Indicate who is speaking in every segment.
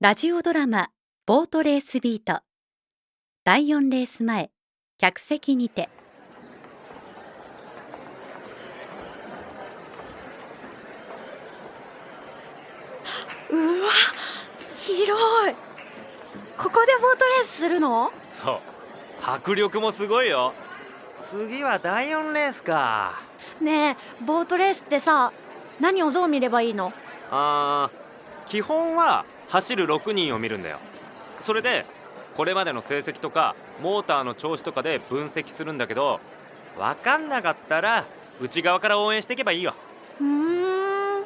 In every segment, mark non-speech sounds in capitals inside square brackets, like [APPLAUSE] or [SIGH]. Speaker 1: ラジオドラマ「ボートレースビート」第4レース前客席にて
Speaker 2: うわ広いここでボートレースするの
Speaker 3: そう迫力もすごいよ
Speaker 4: 次は第4レースか
Speaker 2: ねえボートレースってさ何をどう見ればいいの
Speaker 3: あー基本は走る6人を見るんだよそれでこれまでの成績とかモーターの調子とかで分析するんだけど分かんなかったら内側から応援していけばいいよ
Speaker 2: うーん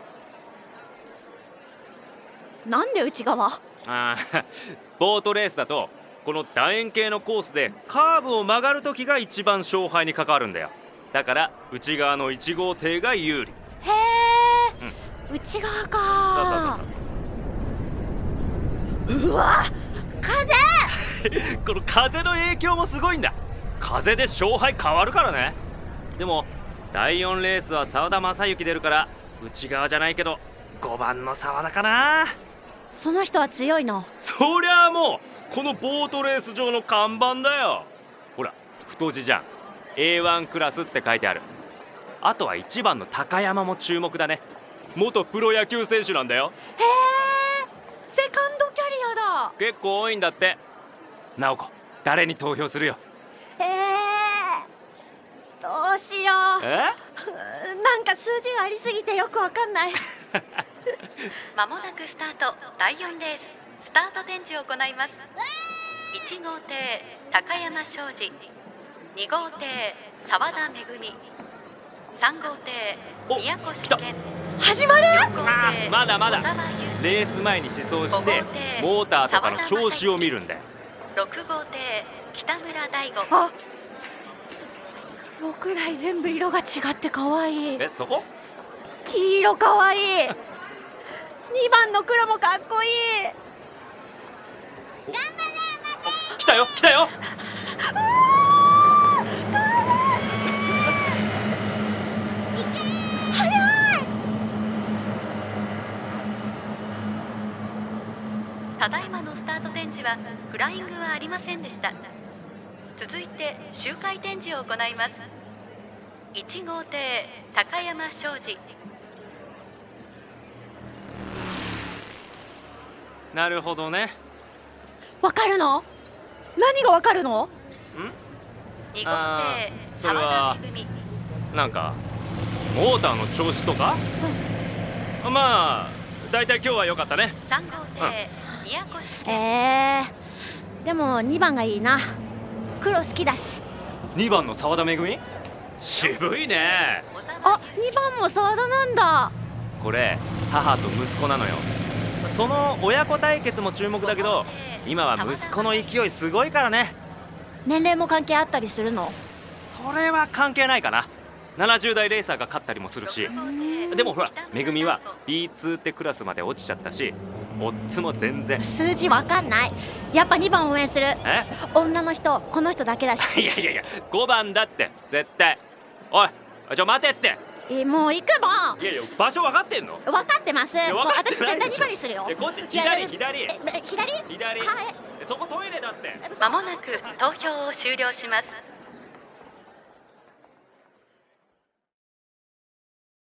Speaker 2: なんで内側
Speaker 3: あー [LAUGHS] ボートレースだとこの楕円形のコースでカーブを曲がる時が一番勝敗に関わるんだよだから内側の1号艇が有利
Speaker 2: へえ、内側
Speaker 3: そうそう
Speaker 2: か
Speaker 3: そうそう
Speaker 2: うわ風
Speaker 3: この風の影響もすごいんだ風で勝敗変わるからねでも第4レースは澤田正幸出るから内側じゃないけど5番の澤田かな
Speaker 2: その人は強いの
Speaker 3: そりゃあもうこのボートレース場の看板だよほら太字じゃん A1 クラスって書いてあるあとは1番の高山も注目だね元プロ野球選手なんだよ
Speaker 2: へえセカンドキャリアだ
Speaker 3: 結構多いんだって直子誰に投票するよ
Speaker 2: へえどうしよう
Speaker 3: え
Speaker 2: うーんなんか数字がありすぎてよくわかん
Speaker 1: [LAUGHS]
Speaker 2: ない
Speaker 1: まもなくスタート第4レーススタート展示を行います1号艇高山庄司2号艇沢田恵3号
Speaker 3: お
Speaker 1: 艇宮古
Speaker 3: 来
Speaker 1: 試
Speaker 3: た
Speaker 1: 験
Speaker 2: 始まる
Speaker 1: 5号艇
Speaker 3: まだまだ
Speaker 1: 小沢優希
Speaker 3: レース前に試走してモーターとかの調子を見るんだよ
Speaker 1: 6号艇北村大吾
Speaker 2: あ6台全部色が違って可愛い
Speaker 3: えそこ
Speaker 2: 黄色可愛い2番の黒もかっこいい
Speaker 3: 来たよ来たよ
Speaker 1: ただいまのスタート展示はフライングはありませんでした続いて周回展示を行います1号艇高山庄司
Speaker 3: なるほどね
Speaker 2: わかるの何がわかるの
Speaker 1: 2号
Speaker 3: あ
Speaker 1: 艇
Speaker 3: ーそれ
Speaker 1: 沢
Speaker 3: は
Speaker 1: 田恵美
Speaker 3: なんかモーターの調子とか、まあ大体今日は良かったね
Speaker 1: 3号艇宮古試
Speaker 2: え
Speaker 1: 験
Speaker 2: えー、でも2番がいいな黒好きだし
Speaker 3: 2番の澤田恵美渋いね
Speaker 1: 小沢
Speaker 2: あ
Speaker 1: 優
Speaker 2: 2番も沢田なんだ
Speaker 3: これ母と息子なのよその親子対決も注目だけど今は息子の勢いすごいからね
Speaker 2: 年齢も関係あったりするの
Speaker 3: それは関係ないかな70代レーサーが勝ったりもするし
Speaker 1: 希
Speaker 3: でもほら
Speaker 1: 北村
Speaker 3: めぐみは
Speaker 1: 大吾
Speaker 3: B2 ってクラスまで落ちちゃったしオッズも全然
Speaker 2: 数字わかんないやっぱ2番応援する
Speaker 3: え [LAUGHS]
Speaker 2: 女の人この人だけだ
Speaker 3: い
Speaker 2: し
Speaker 3: やいやいや5番だって絶対おいちょ待てって
Speaker 2: えもう行くもん
Speaker 3: いやいや場所分かってんの
Speaker 2: 分かってます
Speaker 3: いや
Speaker 2: もう
Speaker 3: 分かって
Speaker 2: 私
Speaker 3: な
Speaker 2: 絶対
Speaker 3: いでしょ
Speaker 2: 2番にするよ
Speaker 3: いやこっち
Speaker 2: いや
Speaker 3: 左左
Speaker 2: ええ左
Speaker 3: 左
Speaker 2: はい
Speaker 3: そこトイレだって
Speaker 1: 間もなく投票を終了します